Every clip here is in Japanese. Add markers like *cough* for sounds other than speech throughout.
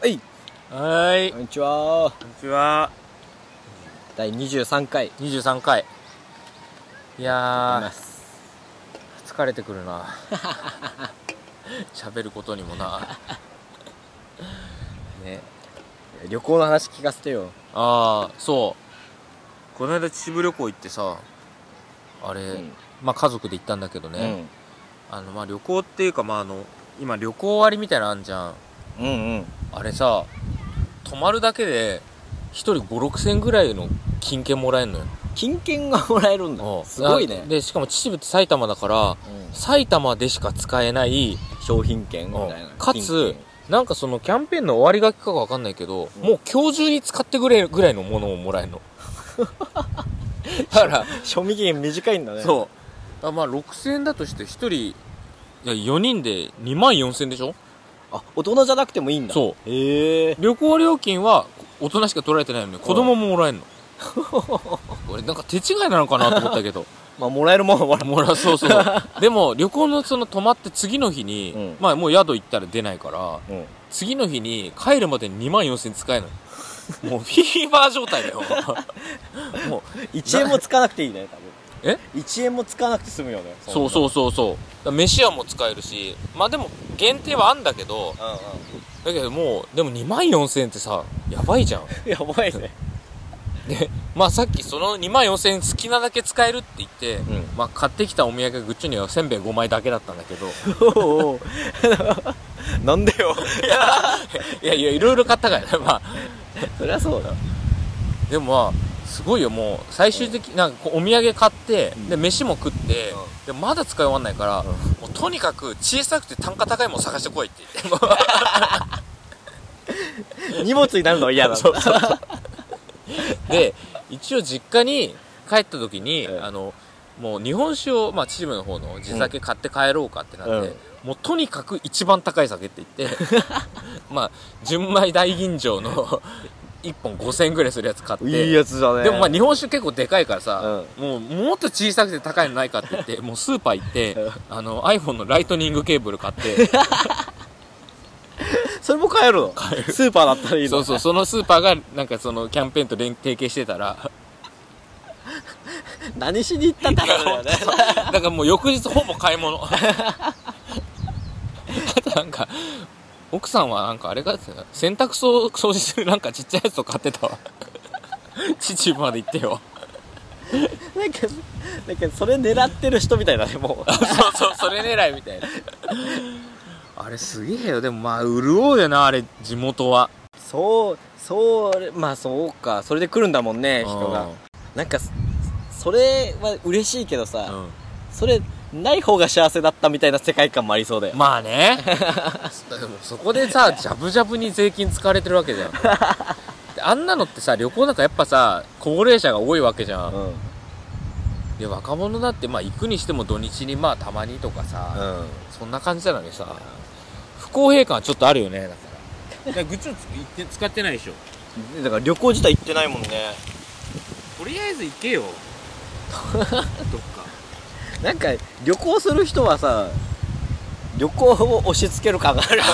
はいはーいこんにちはこんにちは第23回23回いやあますー疲れてくる *laughs* な喋ることにもなね旅行の話聞かせてよああそうこの間秩父旅行行ってさあれ、うんまあ家族で行ったんだけどね、あのまあ旅行っていうかまああの今旅行割みたいなのあんじゃんうんうんあれさ泊まるだけで1人5 6千ぐらいの金券もらえるのよ金券がもらえるんうんだすごいねあでしかも秩父って埼玉だからうん埼玉でしか使えない商品券みたいなかつなんかそのキャンペーンの終わりがけかが分かんないけど、うんもう今日中に使ってくれるぐらいのものをもらえる *laughs* のだから金券賞味期限短いんだねうそうあまあ6000円だとして1人いや4人で2万4000でしょあ大人じゃなくてもいいんだそうへえ旅行料金は大人しか取られてないのに子供ももら *laughs* えるの俺なんか手違いなのかなと思ったけどまあもらえるもんはもらもらそうそう *laughs* でも旅行のその泊まって次の日に、うんまあもう宿行ったら出ないからううん次の日に帰るまでに2万4000使えるのもうフィーバー状態だよもう1円もつかなくていいね多分え1円もつかなくて済むよね *laughs* そううそうそうそうだから飯はもう使えるしまあでも限定はあんだけどうんうんだけどもうでも2万4000ってさやばいじゃんやばいねでまあさっきその2万4000好きなだけ使えるって言って、んまあ買ってきたお土産グッチョにはせんべい5枚だけだったんだけど *laughs* *laughs* おうおう *laughs* なんでよいやいやいろいろ買ったからね *laughs* まあそりゃそうだでもまあすごいよもう最終的なんかこうお土産買って、うんで飯も食って、でまだ使い終わんないから、んもうとにかく小さくて単価高いもん探してこいって言って荷物になるのは嫌だそうそうそう *laughs* で一応実家に帰った時に、うんあのもう日本酒を、まあ、秩父の方の地酒買って帰ろうかってなって、うんもうとにかく一番高い酒って言 *laughs* ってまあ純米大吟醸の1本5000円ぐらいするやつ買っていいやつだねでもまあ日本酒結構でかいからさ、もうもっと小さくて高いのないかって言 *laughs* ってもうスーパー行ってうんあの iPhone のライトニングケーブル買って *laughs* それも買えるのスーパーだったらいいのそうそうそのスーパーがなんかそのキャンペーンと連提携してた *laughs* ら何しに行ったんだろうねだからもう翌日ほぼ買い *laughs* 物あとなんか奥さんはなんかあれが洗濯槽掃除するなんかちっちゃいやつを買ってた *laughs* わ秩父まで行ってよ *laughs* なんかなんかそれ狙ってる人みたいだねもうそうそうそれ狙いみたいなあれすげえよでもまあ潤うよなあれ地元はそうそうまあそうかそれで来るんだもんね人がなんかそそれは嬉しいけどうさ、んそれない方が幸せだったみたいな世界観もありそうだよ、まあねでもそこでさジャブジャブに税金使われてるわけじゃんであんなのってさ旅行なんかやっぱさ高齢者が多いわけじゃん、うんで若者だってまあ行くにしても土日にまあたまにとかさ、うんそんな感じなのにさ不公平感はちょっとあるよねだからだからグッズって使ってないでしょだから旅行自体行ってないもんねとりあえず行けよどっかなんか旅行する人はさ旅行を押し付ける感があるよね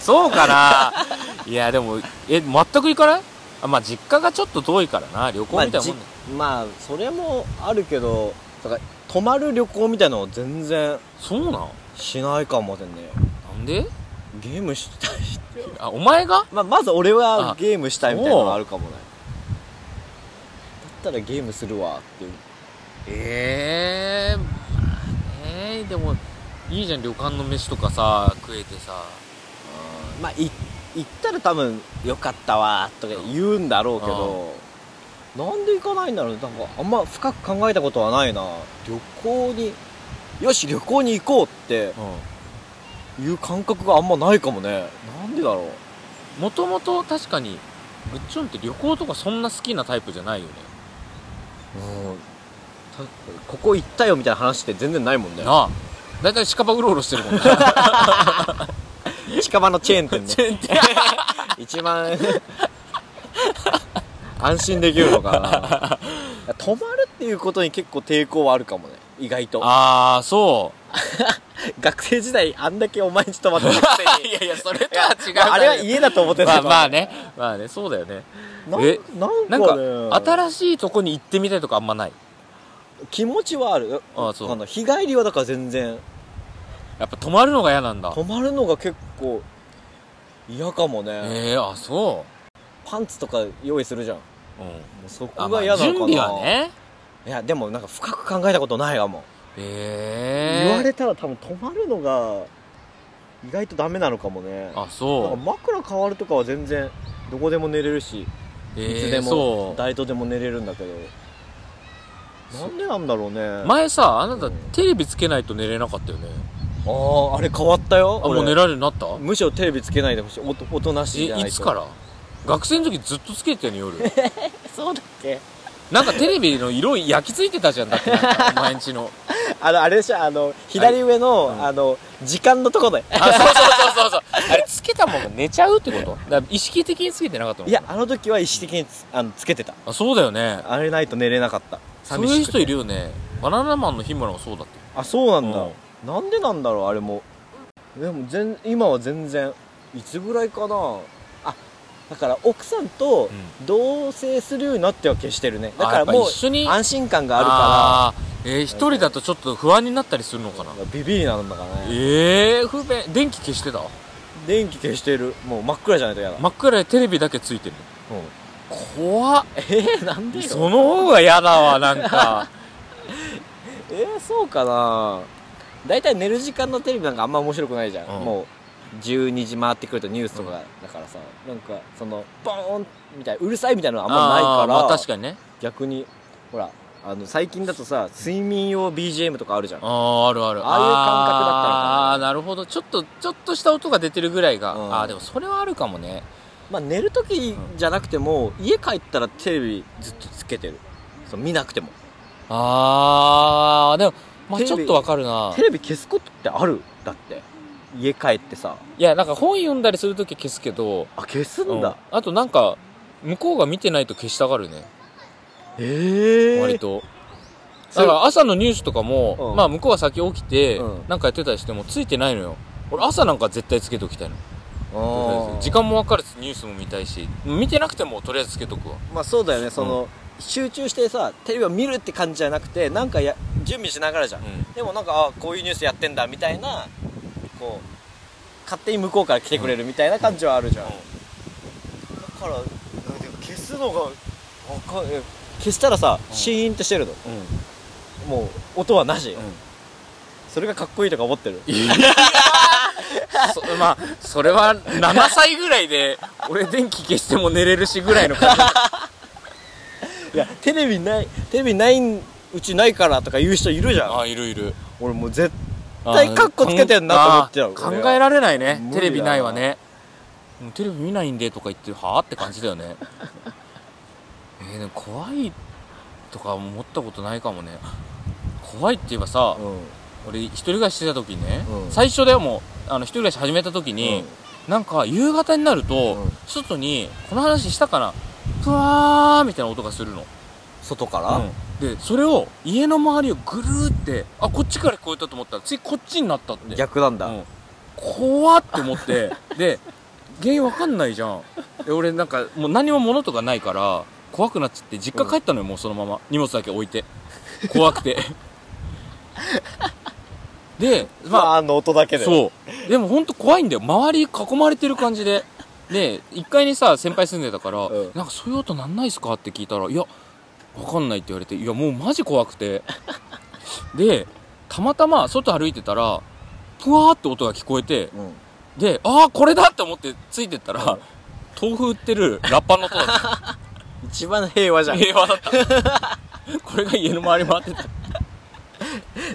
そうかないやでもえ全く行かないあまあ実家がちょっと遠いからな旅行みたいなもんね、まあじまあそれもあるけどだから泊まる旅行みたいのを全然そうなんしないかもしれないなんでゲームしたいあお前が *laughs* まあまず俺はあゲームしたいみたいなのがあるかもねだったらゲームするわっていうええー、まあねでもいいじゃん旅館の飯とかさ食えてさまあい行ったら多分よかったわとか言うんだろうけどなんで行かないんだろうねなんかあんま深く考えたことはないな旅行によし旅行に行こうってういう感覚があんまないかもねなんでだろうんもともと確かにグッチョンって旅行とかそんな好きなタイプじゃないよねうんたここ行ったよみたいな話って全然ないもんねなあだいたい近場うろうろしてるもん *laughs* ね近場のチェーン店ねチェーン店一番 *laughs* 安心できるのかな泊まるっていうことに結構抵抗はあるかもね意外 *laughs* とああそう学生時代あんだけお前んち泊まってたくせにいやいや、それと違うまああれは家だと思ってまたあまあねまあねそうだよねなんえなんなんか,、かね、新しいとこに行ってみたいとかあんまない気持ちはあるあそうの日帰りはだから全然やっぱ泊まるのが嫌なんだ泊まるのが結構嫌かもね、ええあそパンツとか用意するじゃんもう、うんうそこあまがあ嫌なの準かな、備はねいやでもなんか深く考えたことないかも、ええ言われたら多分泊まるのが意外とダメなのかもねあなんかそう枕変わるとかは全然どこでも寝れるし、いつえでえもそう誰とでも寝れるんだけどなんでなんだろうねあ前さあなうたんテレビつけないと寝れなかったよねああれ変わったよあもう寝俺られるようになったむしろテレビつけないでほしいおとおとなしいじゃえないといつから学生の時ずっとつけてたよね夜 *laughs* そうだっけなんかテレビの色焼き付いてたじゃんだってなんかお前んち *laughs* のあのあれでしょあの左上の、はいうんあの時間のとこであそうそうそうそうそうあれつけたもんが寝ちゃうってことだから意識的につけてなかったのいやあの時は意識的につあのつけてたあそうだよねあれないと寝れなかったそういう人いるるよねバナナマンの日村もそうだってあそうなんだ、うんなんでなんだろうあれもでも全今は全然いつぐらいかなあだから奥さんとう同棲するようになっては消してるねだあやからっぱも一緒うに安心感があるかあーえー、一人だとちょっと不安になったりするのかならビビりなんだからねええー、不便電気消してた電気消してるもう真っ暗じゃないと嫌だ、真っ暗でテレビだけついてるうん怖っえー、なんでよその方が嫌だわなんかえー、そうかな大体寝る時間のテレビなんかあんま面白くないじゃん、うんもう12時回ってくるとニュースとかだからさ、なんかそのボーンみたいなうるさいみ *laughs* たいなのあんまないからあーまあ確かにね逆にほらあの最近だとさ睡眠用 BGM とかあるじゃんあああるあるああいう感覚だったのかなああーなるほどちょっとちょっとした音が出てるぐらいが、うんああでもそれはあるかもねまあ寝る時じゃなくても、家帰ったらテレビずっとつけてるそう見なくてもああでもまあテレちビょっとわかるなテレビ消すことってあるだって家帰ってさいやなんか本読んだりするとき消すけど、あ消すうんんだ、あとなんか向こうが見てないと消したがるねええ割とだから朝のニュースとかも、うんまあ向こうが先起きて、うんなんかやってたりしてもついてないのよ俺朝なんか絶対つけときたいのあー時間も分かるしニュースも見たいし見てなくてもとりあえずつけとくわまあそうだよねその、集中してさテレビを見るって感じじゃなくてなんかや準備しながらじゃん、うんでもなんかあこういうニュースやってんだみたいなこう勝手に向こうから来てくれるみたいな感じはあるじゃん、うんだからだけど消すのがわかえ消したらさ、うんシーンとしてるのうん、 *laughs* もう音はなし、それがかっこいいとか思ってるそまあそれは7歳ぐらいで俺電気消しても寝れるしぐらいの感じいやテレビないテレビないうちないからとか言う人いるじゃんあいるいる俺もう絶対カッコつけてんなと思っちゃうあー俺は考えられないねテ無理だなレビないわねもうテレビ見ないんでとか言ってはあって感じだよねえー、でも怖いとか思ったことないかもね怖いって言えばさ、うん俺一人暮らししてた時ね、うん最初だよもうあの一人暮らし始めた時に、なんか夕方になると、うん外にこの話したかなプワーみたいな音がするの外から、うんでそれを家の周りをぐるーってあこっちから聞こえたと思ったら次こっちになったって逆なんだ、うん怖っって思って *laughs* で原因わかんないじゃんで俺なんかもう何も物とかないから怖くなっちゃって実家帰ったのよ、もうそのまま荷物だけ置いて怖くて *laughs* でままああ、あの音だけで。そう。でもほんと怖いんだよ。周り囲まれてる感じで。で、1階にさ、先輩住んでたから、うんなんかそういう音なんないっすかって聞いたら、いや、わかんないって言われて、いや、もうマジ怖くて。で、たまたま外歩いてたら、ふわーって音が聞こえて、うん。で、ああ、これだって思ってついてったら、豆腐売ってるラッパの音だった。一番平 *laughs* 和じゃん。平和だった。これが家の周り回ってた。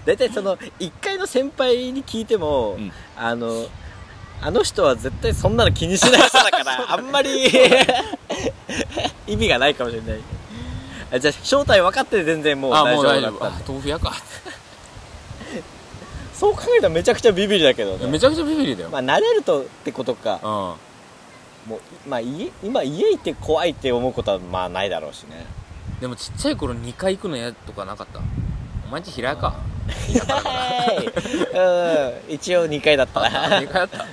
大体その、一回の先輩に聞いても、うんあの、あの人は絶対そんなの気にしない人 *laughs* だから、あんまり、意味がないかもしれない。あじゃあ、正体分かってて全然もうあー大もう丈夫大だ丈っ夫。たあんだ。ー豆腐屋か。そう考えたらめちゃくちゃビビりだけどね。めちゃくちゃビビりだよ。まあ、慣れるとってことか。うん。もう、まあ、家、今家行って怖いって思うことはまあないだろうし *laughs* ね。でもちっちゃい頃2回行くの嫌とかなかったお前んち平屋 *laughs* かイエーイうん、一応2回だったな。 2回あった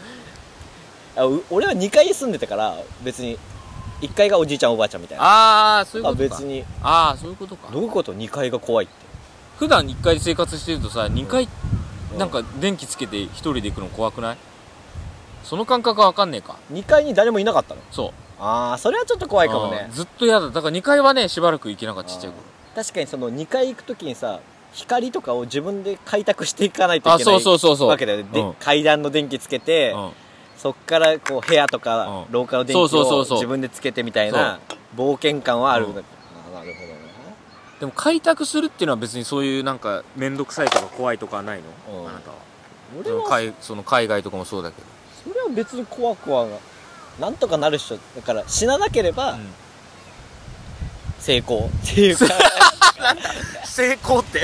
あう俺は2階に住んでたから別に1階がおじいちゃんおばあちゃんみたいなああそういうあことか別にああそういうことかどういうこと2階が怖いって普段1階で生活してるとさ2階うんなんか電気つけて1人で行くの怖くないその感覚は分かんねえか2階に誰もいなかったのそうああそれはちょっと怖いかもあねーずっと嫌だだから2階はねしばらく行けなかったちっちゃい頃確かにその2階行く時にさ光とかを自分で開拓していかないとあいけないそうそうそうそうわけだよね、でうん階段の電気つけて、うんそっからこう部屋とかうん廊下の電気そうそうそうをそう自分でつけてみたいな冒険感はあるんだ、あなるほどねでも開拓するっていうのは別にそういうなんか面倒くさいとか怖いとかはないの、うんあなたは俺そのは海その海外とかもそうだけど、それは別に怖くはなんとかなるっしょだから死ななければ成功っていうか成功って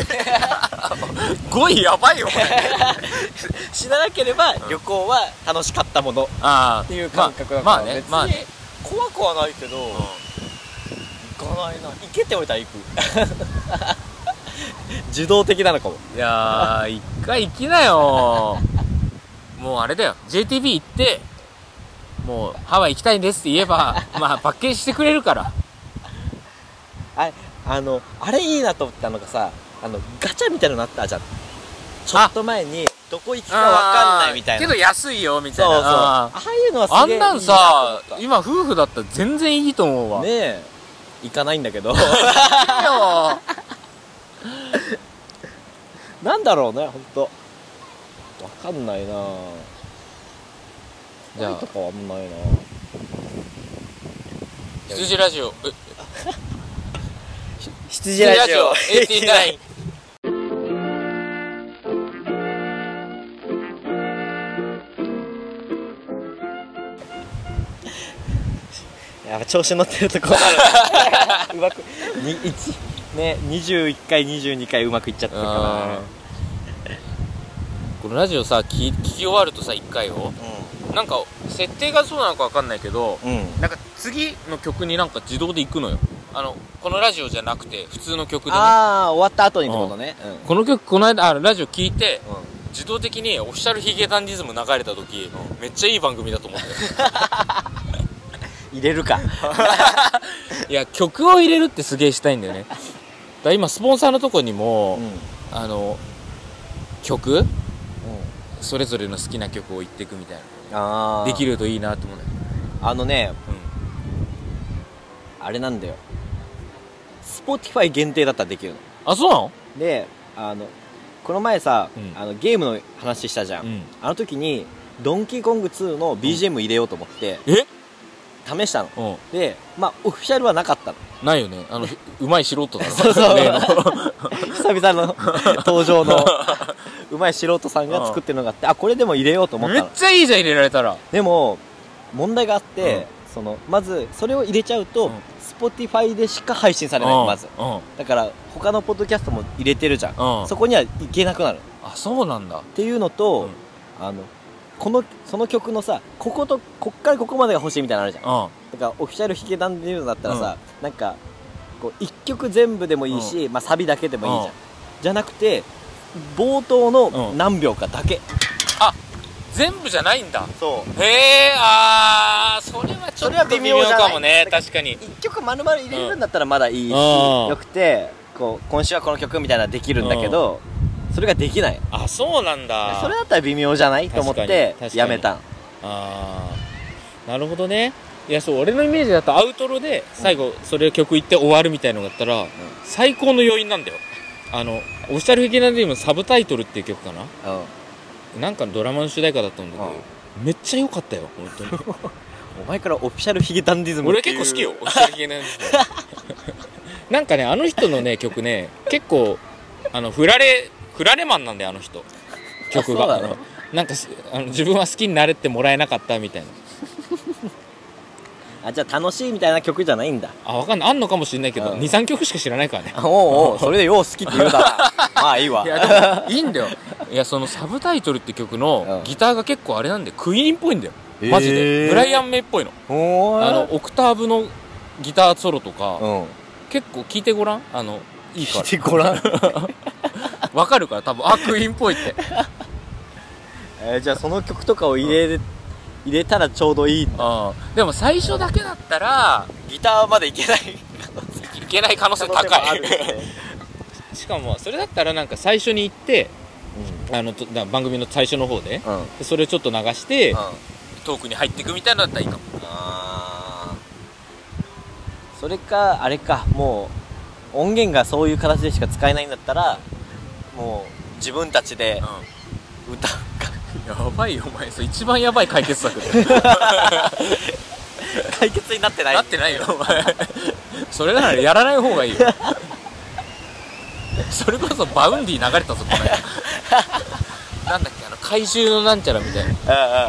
語彙やばいよこれ *laughs* *laughs* 死ななければ旅行は楽しかったものっああていう感覚だまかあまらあね別まあにね、怖くはないけど、うん行かないな行けって言われたら行く *laughs* 受動的なのかもいやー、一回行きなよ。もうあれだよ。JTB 行って、もうハワイ行きたいんですって言え *laughs* ば、まあパッケージしてくれるから。ああのあれいいなと思ったのがさあのガチャみたいなのあったじゃんちょあっと前にどこ行きかわかんないみたいけなど安いよ、みたいうそな。そうあああいうのはーあすげえいんいななんさと、思っ今夫婦だったら全然いいと思うたわ。ねえ行かないんだけどいいよ *laughs* なんだろうね本当わかんないなじじゃゃああとかはあんまないな羊ラジオ、え羊羊ラジ *laughs* やっぱ調子乗ってると *laughs* こあるうまくに一ね21回22回うまくいっちゃったあかーこのラジオさ聞、聞き終わるとさ、一回を。なんか、設定がそうなのかわかんないけど、らうん、うん、なんか次の曲になんか自動で行くのよあのこのラジオじゃなくて普通の曲で、ね、ああ終わった後にってことねうん、この曲この間あラジオ聞いてうん自動的にオフィシャルヒゲダンディズム流れた時めっちゃいい番組だと思ったよ入れるか *laughs* いや曲を入れるってすげえしたいんだよねだから今スポンサーのとこにも、うんあの曲それぞれの好きな曲を言っていくみたいあなあできるといいなと思うんだよ、あのねうん、あれなんだよ Spotify 限定だったらできるのあそうなのであのこの前さ、うんあのゲームの話したじゃん、うんあの時に「ドンキーコング2」の BGM 入れようと思って、え試したのうんでまあオフィシャルはなかっ *laughs* たの *laughs* ないよねあのうまい素人だ *laughs* ろそうそう例の久々の登場の *laughs* うまい素人さんが作ってるのがあってあこれでも入れようと思っめたっのちゃいいじゃん入れられたらでも問題があって、そのまずそれを入れちゃうと、うん Spotify でしか配信されないうんまずうんだから他のポッドキャストも入れてるじゃん、うんそこにはいけなくなるっあそうなんだていうのと、あのこのその曲のさこことこっからここまでが欲しいみたいなのあるじゃんうんだからオフィシャルヒゲダンディズムだったらさ、なんかこう1曲全部でもいいし、まあ、サビだけでもいいじゃん、うんじゃなくて冒頭のうん何秒かだけ、全部じゃないんだそうへえあーそれはちょっそれはと微微妙妙じゃないかもね確かに1曲丸々入れるんだったらまだいいし、うんよくてこう今週はこの曲みたいなのできるんだけど、それができないあそうなんだそれだったら微妙じゃないと思っ確てかに確かにやめたんあーなるほどねいやそう俺のイメージだとアウトロで最後それ曲行って終わるみたいのだったら、最高の要因なんだよあのオフィシャル的なでもサブタイトルっていう曲かなうんなんかのドラマの主題歌だったんだけど、めっちゃ良かったよ本当にお前からオフィシャルヒゲダンディズム俺っていう結構好きよオフィシャル的なや *laughs* つなんかねあの人のね曲ね結構あの振られ振られマンなんだよあの人曲あがそうなのなんかすあの自分は好きになれてもらえなかったみたいなあじゃあ楽しいみたいな曲じゃないんだあわかんないあんのかもしれないけどうん23曲しか知らないからねあおうおうそれでよう好きって言 *laughs* うたらまあいいわいやでもいいんだよいやそのサブタイトルって曲のうんギターが結構あれなんでクイーンっぽいんだよマジで、えーブライアン・メイっぽいのおーあのオクターブのギターソロとか、うん結構聞いてごらんあのいいか聞いてご *laughs* らんらわかるから多分あクイーンっぽいってえーじゃあその曲とかを入れ入れたらちょうどいいうんでも最初だけだったらギターまでい *laughs* けないいけない可能性可能性も高あいるよね *laughs* しかもそれだったらなんか最初に行ってあのとだ番組の最初の方でうんうんでそれをちょっと流してうんトークに入っていくみたいなのだったらいいかもあーそれかあれかもう音源がそういう形でしか使えないんだったらもう自分たちで歌うかやばいよお前それ一番やばい解決策 *laughs* だよ解決になってないなってないよお前それならやらない方がいい *laughs* よそれこそバウンディ流れたぞこの間なんだっけあの怪獣のなんちゃらみたいな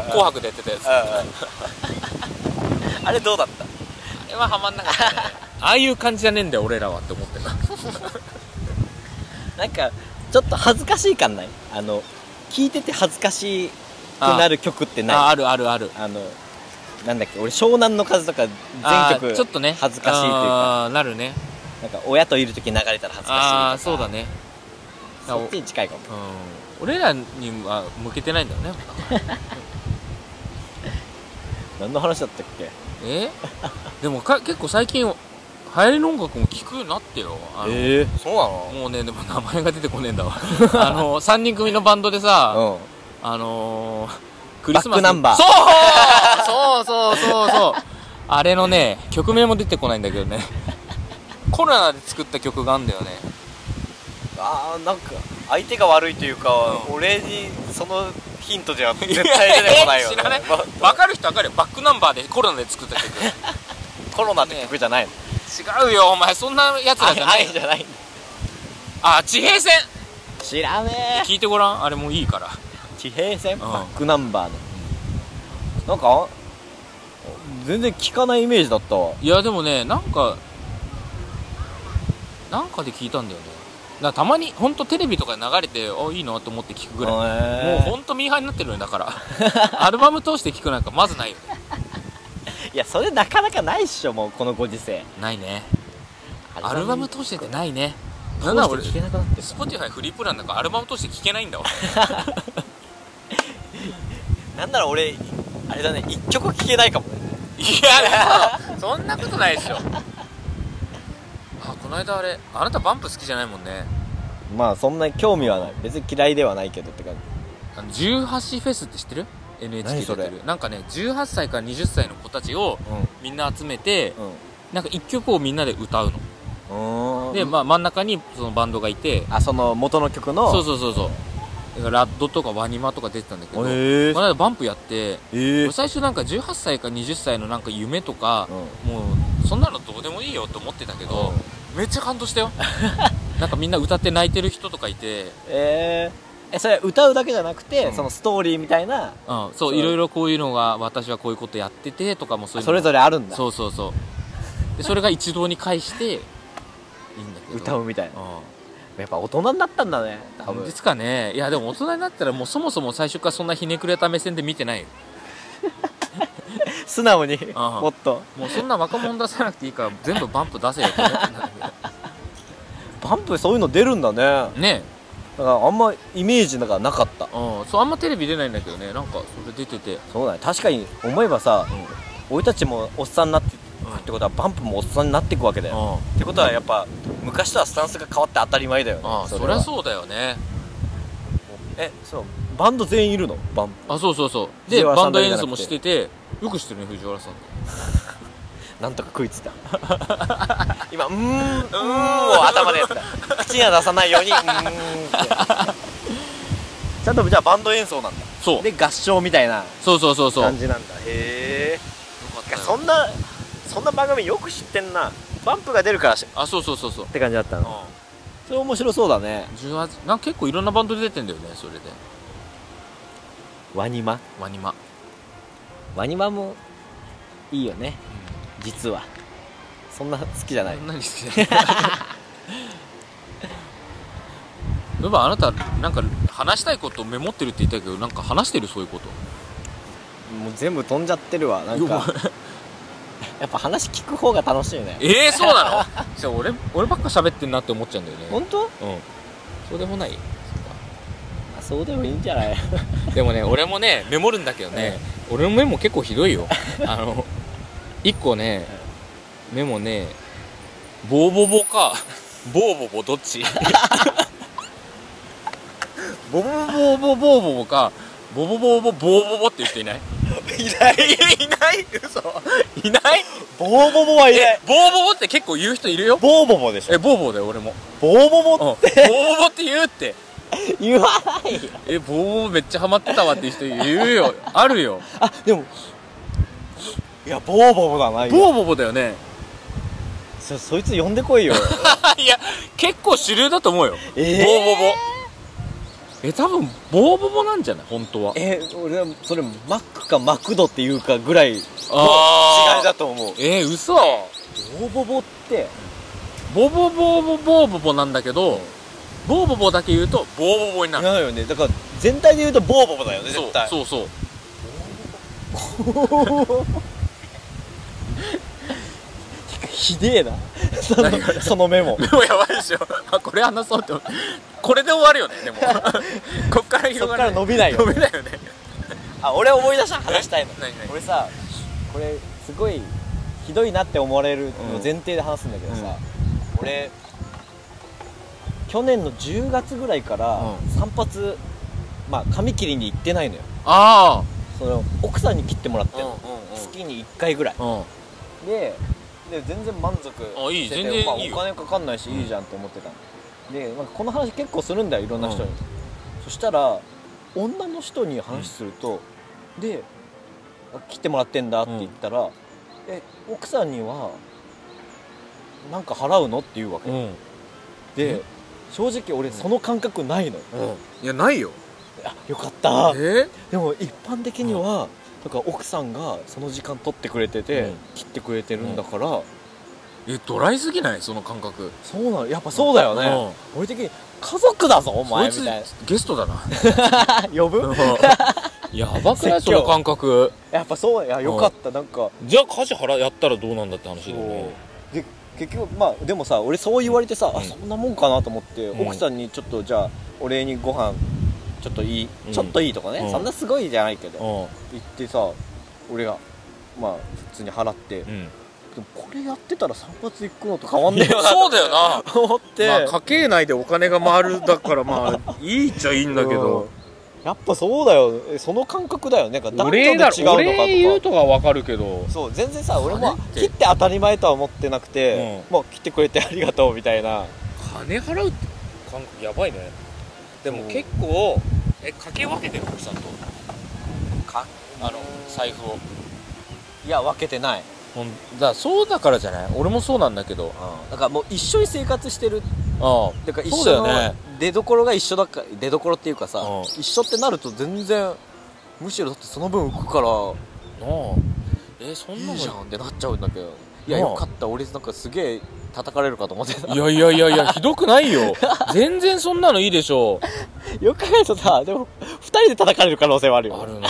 うんうんうん紅白でやってたやつあうんうんあれどうだったれはハマんなかったね *laughs* ああいう感じじゃねえんだよ俺らはって思ってたなんかちょっと恥ずかしい感ないあの聞いてて恥ずかしく *laughs* なる曲ってないあああるあるあるのなんだっけ俺湘南の風とかあ全ー曲ちょっとね恥ずかしいというかあーなるねなんか親といる時流れたら恥ずかしいとかああーそうだねそっちに近いかもうん俺らには向けてないんだよね何の話だったっけえでもか結構最近流行りの音楽も聴くようになってよあの、ええそうなのもうねでも名前が出てこねえんだわあの3人組のバンドで *laughs* さ、うんあのークリスマスバックナンバーそうそうそうそうそうあれのね曲名も出てこないんだけどねコロナで作った曲があんだよねああなんか相手が悪いというか、俺にそのヒントじゃ絶対出てこないよ、*laughs* ね、知らないま分かる人分かるよバックナンバーでコロナで作った曲コロナって曲じゃないの、違うよお前そんなやつらじゃない愛じゃないあ地平線知らねえ聞いてごらんあれもういいから地平線んバックナンバーの、なんか全然聞かないイメージだったわいやでもねなんかなんかで聞いたんだよねだからたまに本当テレビとかで流れてあいいなと思って聞くぐらいもへうえ本当ミーハーになってるよねだ *laughs* からアルバム通して聞くなんかまずないよね *laughs* いやそれなかなかないっしょもうこのご時世ないねアルバム通してってないねななんんだだ俺俺聞けなくなってる Spotify フリープランなんかアルバム通して聞けないんだわなんなら俺あれだね一曲聞けないかもねいやそんなことないでしょあこの間あれあなたバンプ好きじゃないもんねまあそんな興味はない別に嫌いではないけどって感じあの18フェスって知ってる ?NHK 何そでれやってるなんかね18歳から20歳の子たちをうみんな集めてんなんか1曲をみんなで歌うのうんで、まあ、真ん中にそのバンドがいてあその元の曲のそうそうそうそうだからラッドとかワニマとか出てたんだけど、こえの間バンプやってえー俺最初なんか18歳か20歳のなんか夢とか、もうそんなのどうでもいいよと思ってたけど、めっちゃ感動した *laughs* よなんかみんな歌って泣いてる人とかいて、えーえそれ歌うだけじゃなくて、うんそのストーリーみたいなうん、そそうういろいろこういうのが私はこういうことやっててとかもそういうのそれぞれあるんだそうそうそうでそれが一堂に会していいんだけど歌うみたいなうやっぱ大人になったんだね多ん分ですかねいやでも大人になったらもうそもそも最初からそんなひねくれた目線で見てないよ素直にああもっともうそんな若者出さなくていいから全部バンプ出せよって思ってんだバンプそういうの出るんだ *laughs* ねだかけどねらあんまイメージなんかなかったえうんそうあんまテレビ出ないんだけどねなんかそれ出ててそうだね確かに思えばさ、俺たちもおっさんになってうんってことはバンプもおっさんになっていくわけだうよんってことはやっぱ昔とはスタンスが変わって当たり前だよねあそれりゃはそうだよねえそうバンド全員いるのバンプあそうそうそう藤で原さんバンドだけじ演ゃ奏なくてもしててよく知ってるね藤原さんなんとか食い *laughs* ついた今「うーん」うーんを頭でやってた口には出さないように「うーん」って *laughs* ちゃんとじゃあバンド演奏なんだそうで合唱みたいなそうそうそうそう感じなんだへえよかったよそんなそんな番組よく知ってんなバンプが出るからしっあそうそうそうそうて感じだったうんのそれ面白そうだね18なんか結構いろんなバンドで出てんだよねそれでワニマワニマワニマもいいよね実はそんな好きじゃない何好きじゃない *laughs* やっぱあなたなんか話したいことメモってるって言ったけどなんか話してるそういうこともう全部飛んじゃってるわなんいやか *laughs* やっぱ話聞く方が楽しいねええそうなの *laughs* じゃあ俺俺ばっか喋ってんなって思っちゃうんだよね本当うんそうでもないあそうでもいいんじゃ *laughs* ないでもね俺もねメモるんだけどね、俺のメモ結構ひどいよ *laughs* あの一個ね、メモねボーボボかボーボボどっ *laughs* ちボボボボボボボボかボボボボボボボボっていう人いないいないいない嘘いないボーボボはいないえボーボボって結構言う人いるよボーボボでしょえボーボーだよ俺も、ボーボうん、ボボっーボボって言うってて言わないよえボーボボめっちゃハマってたわっていう人言う *laughs* よあるよあでもいやボーボボだなボ今ーボボだよねそそいつ呼んでこいよ *laughs* いや結構主流だと思うよ、 *laughs* えーボーボボえ多分ボーボボなんじゃない本当はえ俺はそれマックかマクドっていうかぐらい違いあーだと思うえー、嘘ボーボボってボボボボボボボなんだけどボーボボだけ言うとボーボボになるなるよねだから全体で言うとボーボボだよねそう絶対そうそう *laughs* ひでえなそ何がのそのメモでもやばいでしょ *laughs* あこれ話そうって思ってこれで終わるよねで *laughs* もこっからそ広っがからる伸びないよダメだよねあ俺思い出した話したいの何何俺さこれすごいひどいなって思われるの前提で話すんだけどさ、俺去年の10月ぐらいからうん散髪、まあ髪切りに行ってないのよあその奥さんに切ってもらってあんの、月に1回ぐらいうんでで全然満足あいいしてて全然いいまあ、およ金かかんないしいいじゃんと思ってたので、まあ、この話結構するんだよいろんな人に、うんそしたら女の人に話すると、であ切ってもらってんだって言ったら、え奥さんにはなんか払うのって言うわけ、うんうんで正直俺その感覚ないのよ、いやないよあよかっえ *laughs* たーでも一般的には、なんか奥さんがその時間取ってくれてて、うん切ってくれてるんだから、えドライすぎないその感覚そうなのやっぱそうだよね、俺的に家族だぞお前みそいたいつゲスト *laughs* だなな *laughs* 呼ぶやばくない説そ教の感覚やっぱそういやよかったなんかじゃあ家事払やったらどうなんだって話だよねそうで結局まあでもさ俺そう言われてさ、うんあそんなもんかなと思って、うん奥さんにちょっとじゃあお礼にご飯ちょっといい、うんちょっといいとかね、うんそんなすごいじゃないけど、うん言ってさ俺がまあ普通に払って、でうんもこれやってたら散髪行くのと変わんねえよなそうだよなと思って、 *laughs* まあ家計内でお金が回るだからまあいいっちゃいいんだけうんどやっぱそうだよえその感覚だよねなんか男お女で違礼うだのかろとかお礼言うとかわかるけどそう全然さ俺も金って切って当たり前とは思ってなくて、うもう切ってくれてありがとうみたいな金払うって感覚やばいねでも結構え家計分けてる奥さんとかあの財布をいや分けてない、ほんだそうだからじゃない俺もそうなんだけどだからもう一緒に生活してるああだから一そうだよ緒ねの出どころが一緒だから出どころっていうかさ、うん一緒ってなると全然むしろだってその分浮くからなあえそんないのいじゃんってなっちゃうんだけどいやなあよかった俺なんかすげえ叩かれるかと思ってたいやいやいやいやひどくないよ全然そんなのいいでしょよく考えるとさでも2人で叩かれる可能性はあるよあるな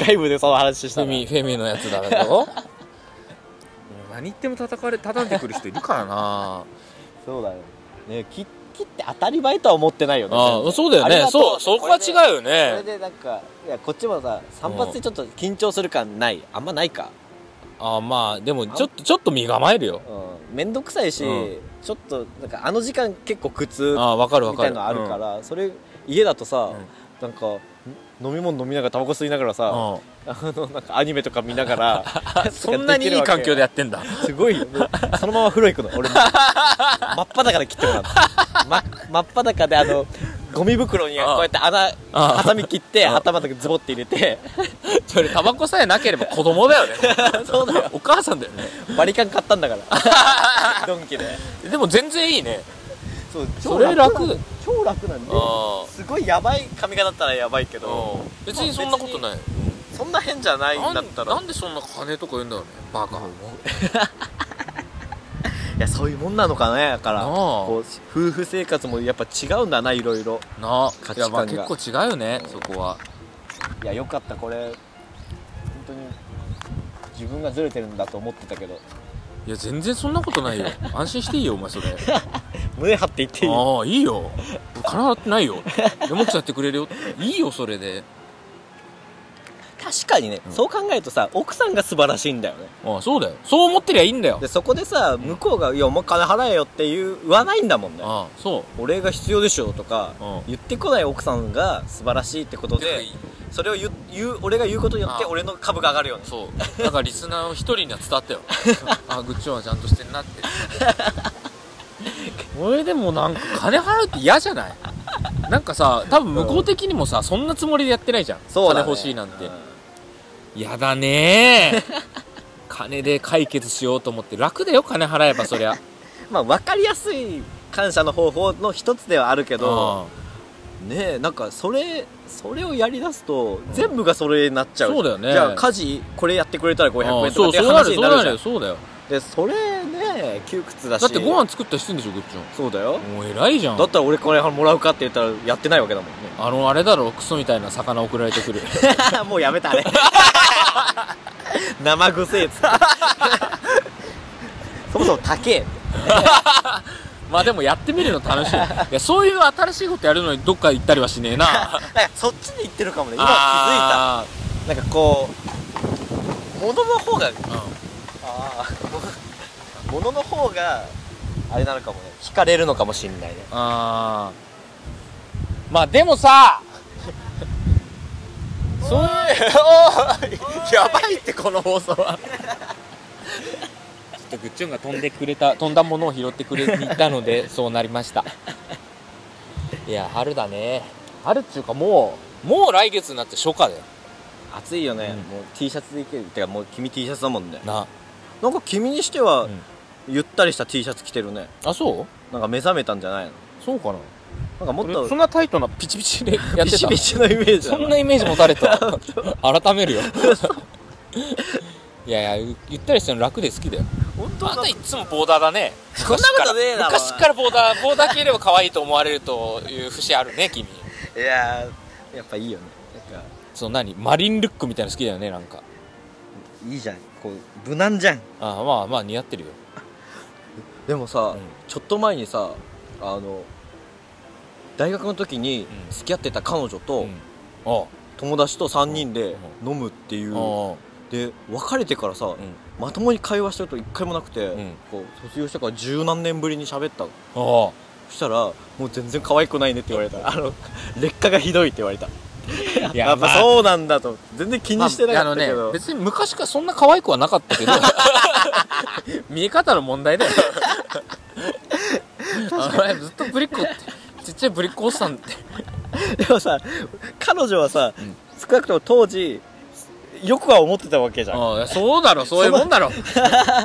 *laughs* 外部でその話しフたェら *laughs* ミフェミのやつだけど何言っても叩かれ叩いてくる人いるからなそうだよね切切って当たり前とは思ってないよねあ全あ然そうだよありねがとそうそこはれで違うよこれねでなんかいやこっちもさ散髪でちょっと緊張する感ないあんまないかああまあでもちょっとちょっと身構えるようん面倒くさいし、うんちょっとなんかあの時間結構苦痛ああ分かる分みかたるいのあるから、それ家だとさ、なんかん飲み物飲みながらタバコ吸いながらうんさ、うんあのなんかアニメとか見ながら *laughs* そんなにいい環境でやってんだすごいよねそのまま風呂行くの俺も真っ裸で切っても *laughs* らった、ま、真っ裸であのゴミ袋にこうやって穴あハサミ切ってあ頭だけズボって入れて *laughs* それタバコさえなければ子供だよ *laughs* ねそうだよお母さんだよねバリカン買ったんだか *laughs* らドンキででも全然いいねそうそれ楽なの超楽なんであすごいやばい髪型だったらやばいけあどうん別にそんなことないそんな変じゃないんだったならんでそんな金とか言うんだろうねバカ、いやそういうもんなのかねだからなあこう夫婦生活もやっぱ違うんだないろいろなあ価い値観やまあが結構違うよね、そこはいやよかったこれ本当に自分がずれてるんだと思ってたけどいや *laughs* 全然そんなことないよ安心していいよお前それ胸張って言っていいああいいよ金払ってないよ山口さんやってくれるよいいよそれで確かにね、うんそう考えるとさ奥さんが素晴らしいんだよねああそうだよそう思ってりゃいいんだよでそこでさ向こうが「いやお前金払えよ」って言う言わないんだもんねああそお礼が必要でしょとか、うん言ってこない奥さんが素晴らしいってことうででそれを言う言う俺が言うことによってあ俺の株が上がるよねそうだからリスナーの一人には伝わ *laughs* ったよあグッチョンはちゃんとしてんなって俺でもなんか金払うって嫌じゃないなんかさ多分向こう的にもさ、そんなつもりでやってないじゃんそうだ、ね、金欲しいなんてうやだねー金で解決しようと思って楽だよ金払えばそりゃまあ分かりやすい感謝の方法の一つではあるけど、うんねえなんかそれそれをやりだすと、全部がそれになっちゃうそうだよねじゃあ家事これやってくれたら500ああ円とかそっうていうそうなる話よそにうなるなじるゃんよそうだよでそれね窮屈だしだってご飯作ったりしてんでしょグッチョンそうだよもう偉いじゃんだったら俺これもらうかって言ったらやってないわけだもん *laughs* ねあのあれだろクソみたいな魚送られてくるもうやめたね *laughs* 生臭えっつ *laughs* ってそもそも高えまあでもやってみるの楽 *laughs* しいいやそういう新しいことやるのにどっか行ったりはしねえな *laughs* *laughs* なんかそっちに行ってるかもね今気づあいたなんかこう物の方がーああ物の方があれなのかもね惹かれるのかもしんないねうんあーまあでもさそういうやばいってこの放送 *laughs* はちょっとグッチョンが飛んでくれた飛んだものを拾ってくれに行ったので *laughs* そうなりましたいや春だね春っていうかもうもう来月になって初夏だよ暑いよね、うんもう T シャツでいけるてかもう君 T シャツだもんねななんか君にしては、うんゆったりした T シャツ着てるねあそうなんか目覚めたんじゃないのそうかななんかもっ俺とそんなタイトなピチピチ *laughs* でやってたビシビシのイメージだそんなイメージ持たれ *laughs* た改めるよ *laughs* いやいやゆったりしたの楽で好きだよ本当あんだたいつもボーダーだねそんなことねえだろ昔から昔からボーダーボーダー着れば可愛いと思われるという節あるね君いやーやっぱいいよねなんかその何マリンルックみたいなの好きだよねなんかいいじゃんこう無難じゃんああまあまあ似合ってるよでもさ、うんちょっと前にさあの大学の時にうん付き合ってた彼女うとんあ友達と3人で飲むっていう、ああで別れてからさ、んまともに会話したこと一回もなくて、んこう卒業してから十何年ぶりに喋ったのあ *laughs* そしたらもう全然可愛くないねって言われたあの *laughs* 劣化がひどいって言われたあいやっぱうそうなんだと全然気にしてなかったけあのど、ね別に昔からそんな可愛くはなかった *laughs* けど見え方の問題だよお前ずっとぶりっ子ってちっちゃいぶりっ子おっさんって *laughs* でもさ彼女はさ、ん少なくとも当時よくは思ってたわけじゃんああそうだろそういうもんだろ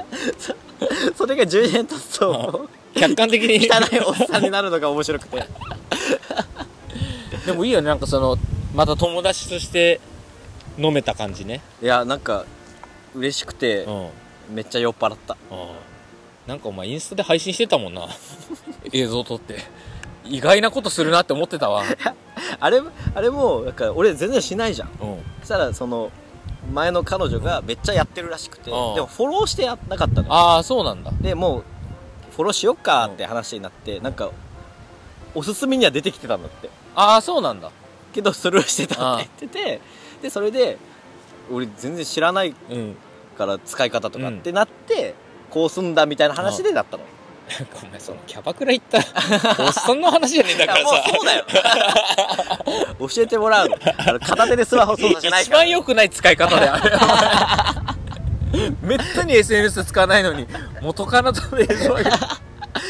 *laughs* それが10年経つと客観的に汚いおっさんになるのが面白く *laughs* てでもいいよねなんかそのまた友達として飲めた感じねいやなんか嬉しくてんめっちゃ酔っ払ったなんかお前インスタで配信してたもんな *laughs* 映像撮って意外なことするなって思ってたわあれあれもなんか俺全然しないじゃんうんそしたらその前の彼女がめっちゃやってるらしくて、うんでもフォローしてやんなかったのよああそうなんだでもうフォローしよっかって話になって、なんかおすすめには出てきてたんだってああそうなんだけどスルーしてたって言っててでそれで俺全然知らないうんから使い方とかうんってなって、こうすんだみたいな話でだったのなんかお前そのキャバクラ行ったおっさんの話じゃねえんだいかやらもうさそうだよ *laughs* 教えてもらうのあの片手でスマホ操作しない一から番良くない使い方だよあれ *laughs* めったに SNS 使わないのに元カノと映像上げ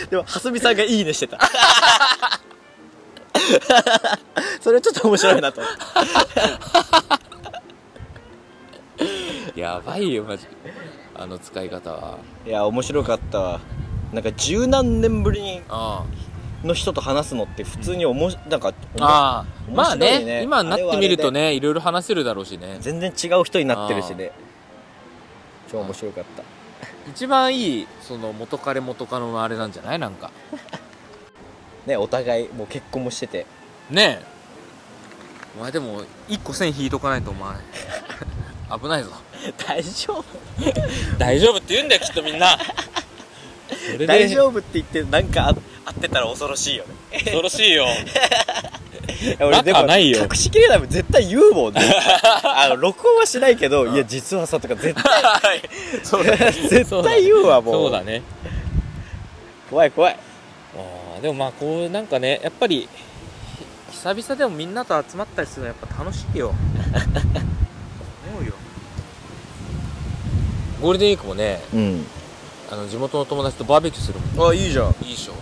でも蓮見さんが「いいね」して *laughs* たそれちょっと面白いなと *laughs* やばいよマジあの使い方はいや面白かったわなんか十何年ぶりにあの人と話すのって普通におもし、なんかおもああまあ面白ねいね今になってみるとねいろいろ話せるだろうしね全然違う人になってるしね超面白かった一番いいその元彼元カノのあれなんじゃないなんかねお互いもう結婚もしててねえお前でも一個線引いとかないとお *laughs* 前危ないぞ大丈夫大丈夫って言うんだよきっとみんな大丈夫夫って言ってなんかあ合ってたら恐ろしいよね恐ろしいよいや俺でもバカないよ隠しきれないもん絶対言う *laughs* もんねあの録音はしないけどいや実はさとか絶対そうだね絶対言うわもうそうだね怖い怖いあーでもまあこうなんかねやっぱり久々でもみんなと集まったりするのはやっぱ楽しいよ思うよゴールデンウィークもねうんあの地元の友達とバーベキューするもあいいじゃんんいいでしょ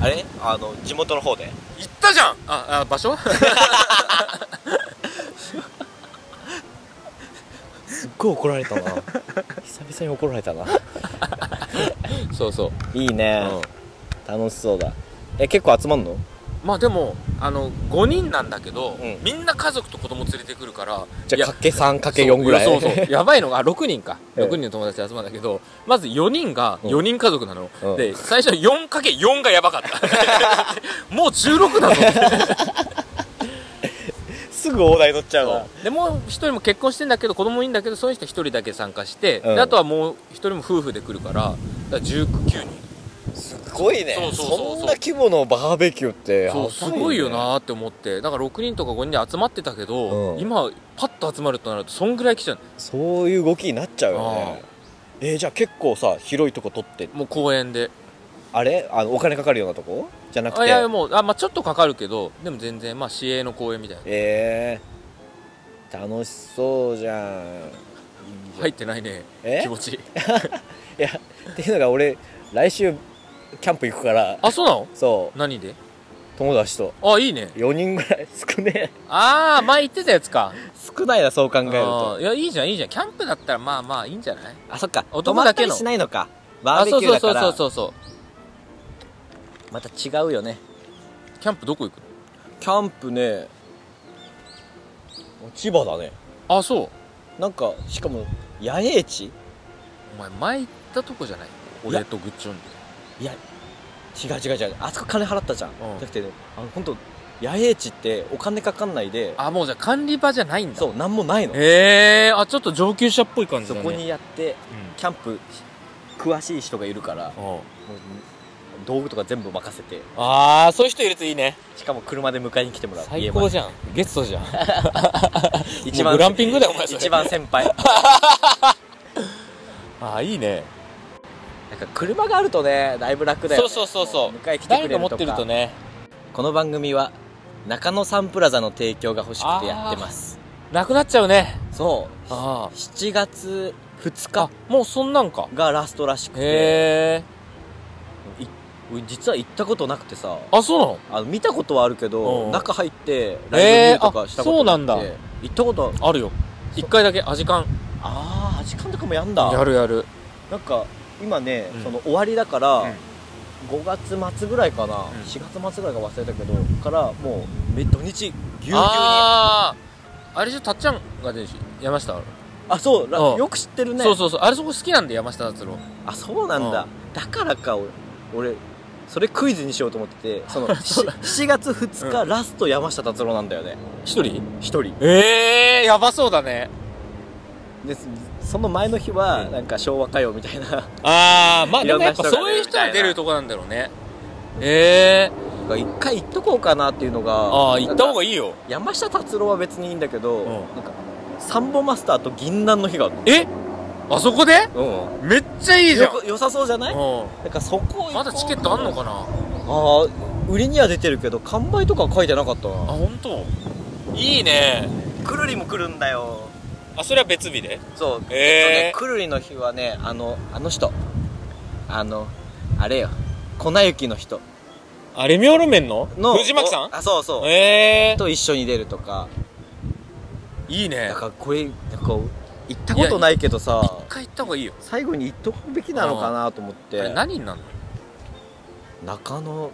あれあの地元の方で行ったじゃんああ場所すっごい怒られたな *laughs* 久々に怒られたな *laughs* そうそう、いいね、楽しそうだえ結構集まんのまあでもあの5人なんだけど、うんみんな家族と子供連れてくるからじいやゃあかけ3かけ4ぐらいそうそうそうやばいのがあ6人かええ6人の友達で集まるんだけどまず4人がうん4人家族なの、うんで最初 4×4 がやばかった *laughs* もう16だぞ *laughs* すぐ大台乗っちゃうなでもう1人も結婚してんだけど子供いいんだけどそういう人1人だけ参加して、うんであとはもう1人も夫婦で来るからだから19人すごいねそうそうそうそうんな規模のバーベキューってそうすごいよなーって思ってだから6人とか5人で集まってたけど、うん今パッと集まるとなるとそんぐらい来ちゃうそういう動きになっちゃうよねえーじゃあ結構さ広いとこ取ってもう公園であれあのお金かかるようなとこじゃなくあていやいやもうあ、まあ、ちょっとかかるけどでも全然まあ市営の公園みたいなえー、楽しそうじゃんいいじゃん入ってないねえ気持ちいいいやっていうのが俺来週キャンプ行くからあそうなのそ何でう友達とあいいね4人ぐらい *laughs* 少ねえああ前言ってたやつか少ないなそう考えるあとーいやいいじゃんいいじゃんキャンプだったらまあまあいいんじゃないあそっか男だけの泊まったりしないのかバーあベそうキューそうだそかうそうらそうそうまた違うよねキャンプどこ行くキャンプね千葉だねのあそうなんかしかも野営地お前前行ったとこじゃない俺とグッチョンでいや違う違う違うあそこ金払ったじゃん、うんじゃなくてねあの本当野営地ってお金かかんないであもうじゃあ管理場じゃないんだそうなんもないのへえあちょっと上級者っぽい感じだそねこにやってキャンプ詳しい人がいるからうんうんもう道具とか全部任せてああそういう人いるといいねしかも車で迎えに来てもらう最家高までじゃんゲストじゃん一も番うグランピングだよお前それ一番 *laughs* 先輩ああいいねなんか車があるとねだいぶ楽だよ、そね、うそうそうそう迎え来てく誰れるかと持かってるとねこの番組は中野サンプラザの提供が欲しくてやってますなくなっちゃうねそうあ7月2あ日もうそんなんかがラストらしくてへえい俺実は行ったことなくてさあそうなのあの見たことはあるけうどん中入ってライブ見るとかしえーたことなくて、あそうなんだ行ったことあるよ一回だけアジカンああ時間とかもやんだやるやるなんか今ね、うんその終わりだから、うん5月末ぐらいかな、4月末ぐらいか忘れたけどからもうめ土日ぎゅうぎゅうにああああれじゃたっちゃんが出るし山下、そうらうんよく知ってるねそうそうそうあれそこ好きなんで山下達郎あそうなんだ、うだからか俺俺それクイズにしようと思っててそのし7月2日、ラスト山下達郎なんだよね一人1人ええー、やばそうだねでその前の日は、うんなんか昭和歌謡みたいなああまあいでもろんなやっぱ人がそういう人が出るとこなんだろうねええー、なんか一回行っとこうかなっていうのがああ行った方いいがいいよ山下達郎は別にいいんだけど、んなんかサンボマスターと銀杏の日があるのえあそこでうんめっちゃいいじゃんよく良さそうじゃないうんなんかそこ行こうまだチケットあんのかなああ売りには出てるけど完売とかは書いてなかったあな本当いいねくるりも来るんだよあそれは別日でそうええくるりの日はねあのあの人あのあれよ粉雪の人あレミオロメンのの藤巻さんおあそうそう、ええと一緒に出るとかいいねだからこれなんか行ったことないけどさ一回行った方がいいよ最後に行っとくべきなのかなと思っあれて何になるの中野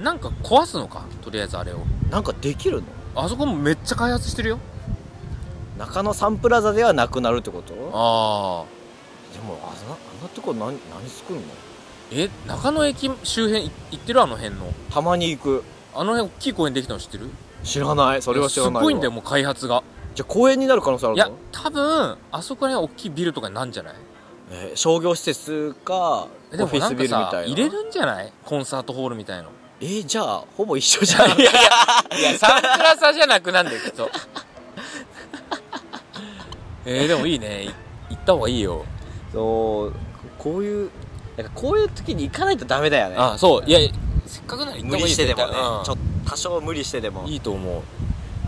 なんか壊すのかとりあえずあれをなんかできるのあそこもめっちゃ開発してるよ中野サンプラザではなくなるってことああでもあんなあんなとこ何何作んのえ中野駅周辺い行ってるあの辺のたまに行くあの辺大きい公園できたの知ってる知らないそれは知らないわすごいんだよもう開発がじゃあ公園になる可能性あるいのや多分あそこら辺大きいビルとかになんじゃないえー商業施設かオえでもフィなスんビかルみさたいな入れるんじゃないコンサートホールみたいのえーじゃあほぼ一緒じゃんいやサンプラザじゃなくなんだよきっと *laughs* えー、でもいいねい行った方がいいよそうこういうなんかこういう時に行かないとダメだよねあそういやせっかくなら行った方無がい理いしてでもね、絶対うんちょっと多少無理してでもいいと思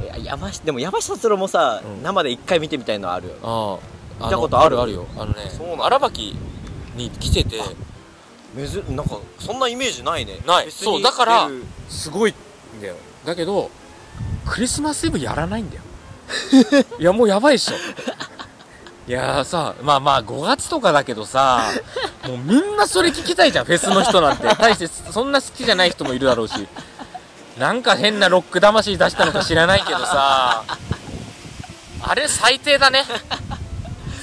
ういや山下でも山下達郎もさ、うん生で一回見てみたいのあるよねああ行ったことあるあるよあのねそうなんだ荒牧に来ててめずなんかそんなイメージないねない別にそうだから出るすごいんだよだけどクリスマスイブやらないんだよ *laughs* いやもうやばいっしょいやーさまあまあ5月とかだけどさもうみんなそれ聞きたいじゃんフェスの人なんて大してそんな好きじゃない人もいるだろうしなんか変なロック魂出したのか知らないけどさあれ最低だね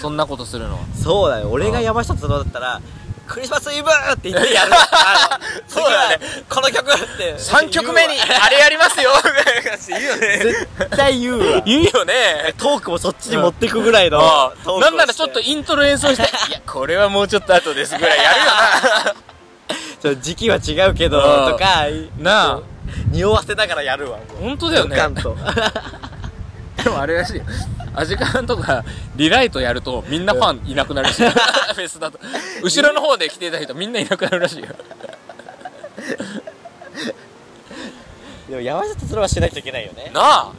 そんなことするのはそうだよ俺が山下達郎だったらクリスマスイブって言ってやるあの *laughs* そうだね次はこの曲って3曲目に言うわあれやり *laughs* ますよ言うよね絶対言うわ *laughs* 言うよねトークもそっちに持ってくぐらいのあトークをしてなんならちょっとイントロ演奏して *laughs* いやこれはもうちょっと後ですぐらいやるよ *laughs* ちょっと時期は違うけどうんとかななあ匂わせながらやるわ本当だよねガ *laughs* ンとでもあれらしいよアジカンとかリライトやるとみんなファンいなくなる *laughs* らしいよフェスだと後ろの方で来てた人みんないなくなるらしいよでも山下達郎はしないといけないよねなあ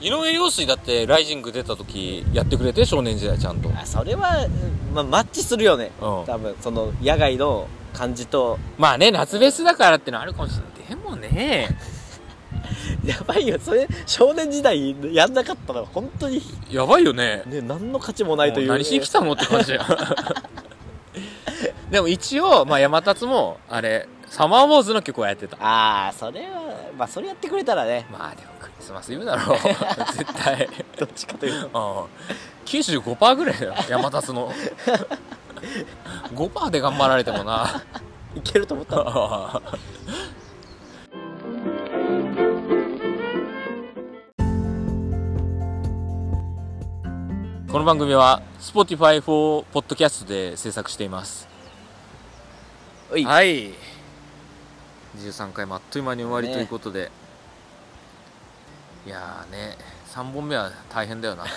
井上陽水だってライジング出た時やってくれて少年時代ちゃんとあそれは、うんまあ、マッチするよね、うん多分その野外の感じとまあね夏フェスだからってのはあるかもしれないでもねやばいよそれ少年時代やんなかったら本当にやばいよねね何の価値もないというもう何しに来たのって感じや *laughs* でも一応、まあ、山立もあれサマーウォーズの曲はやってたああそれはまあそれやってくれたらねまあでもクリスマスイブだろう絶対 *laughs* どっちかというとうん95%ぐらいだよ山立の5%で頑張られてもないけると思 *laughs* ったのこの番組は Spotify for Podcast で制作していますおいはい13回もあっという間に終わりねということで、いやーね3本目は大変 *laughs* だよなま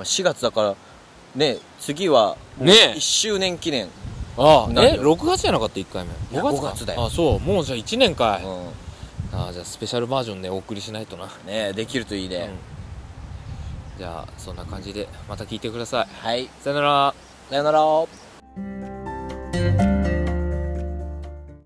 あ、4月だからね次はね1周年記念、ああなんえよ6月じゃなかった1回目や5月か5月だよあそうもうじゃあ1年かい、うんああじゃあスペシャルバージョンでお送りしないとな、ねできるといいね、じゃあそんな感じでまた聞いてくださいはいさよならさよなら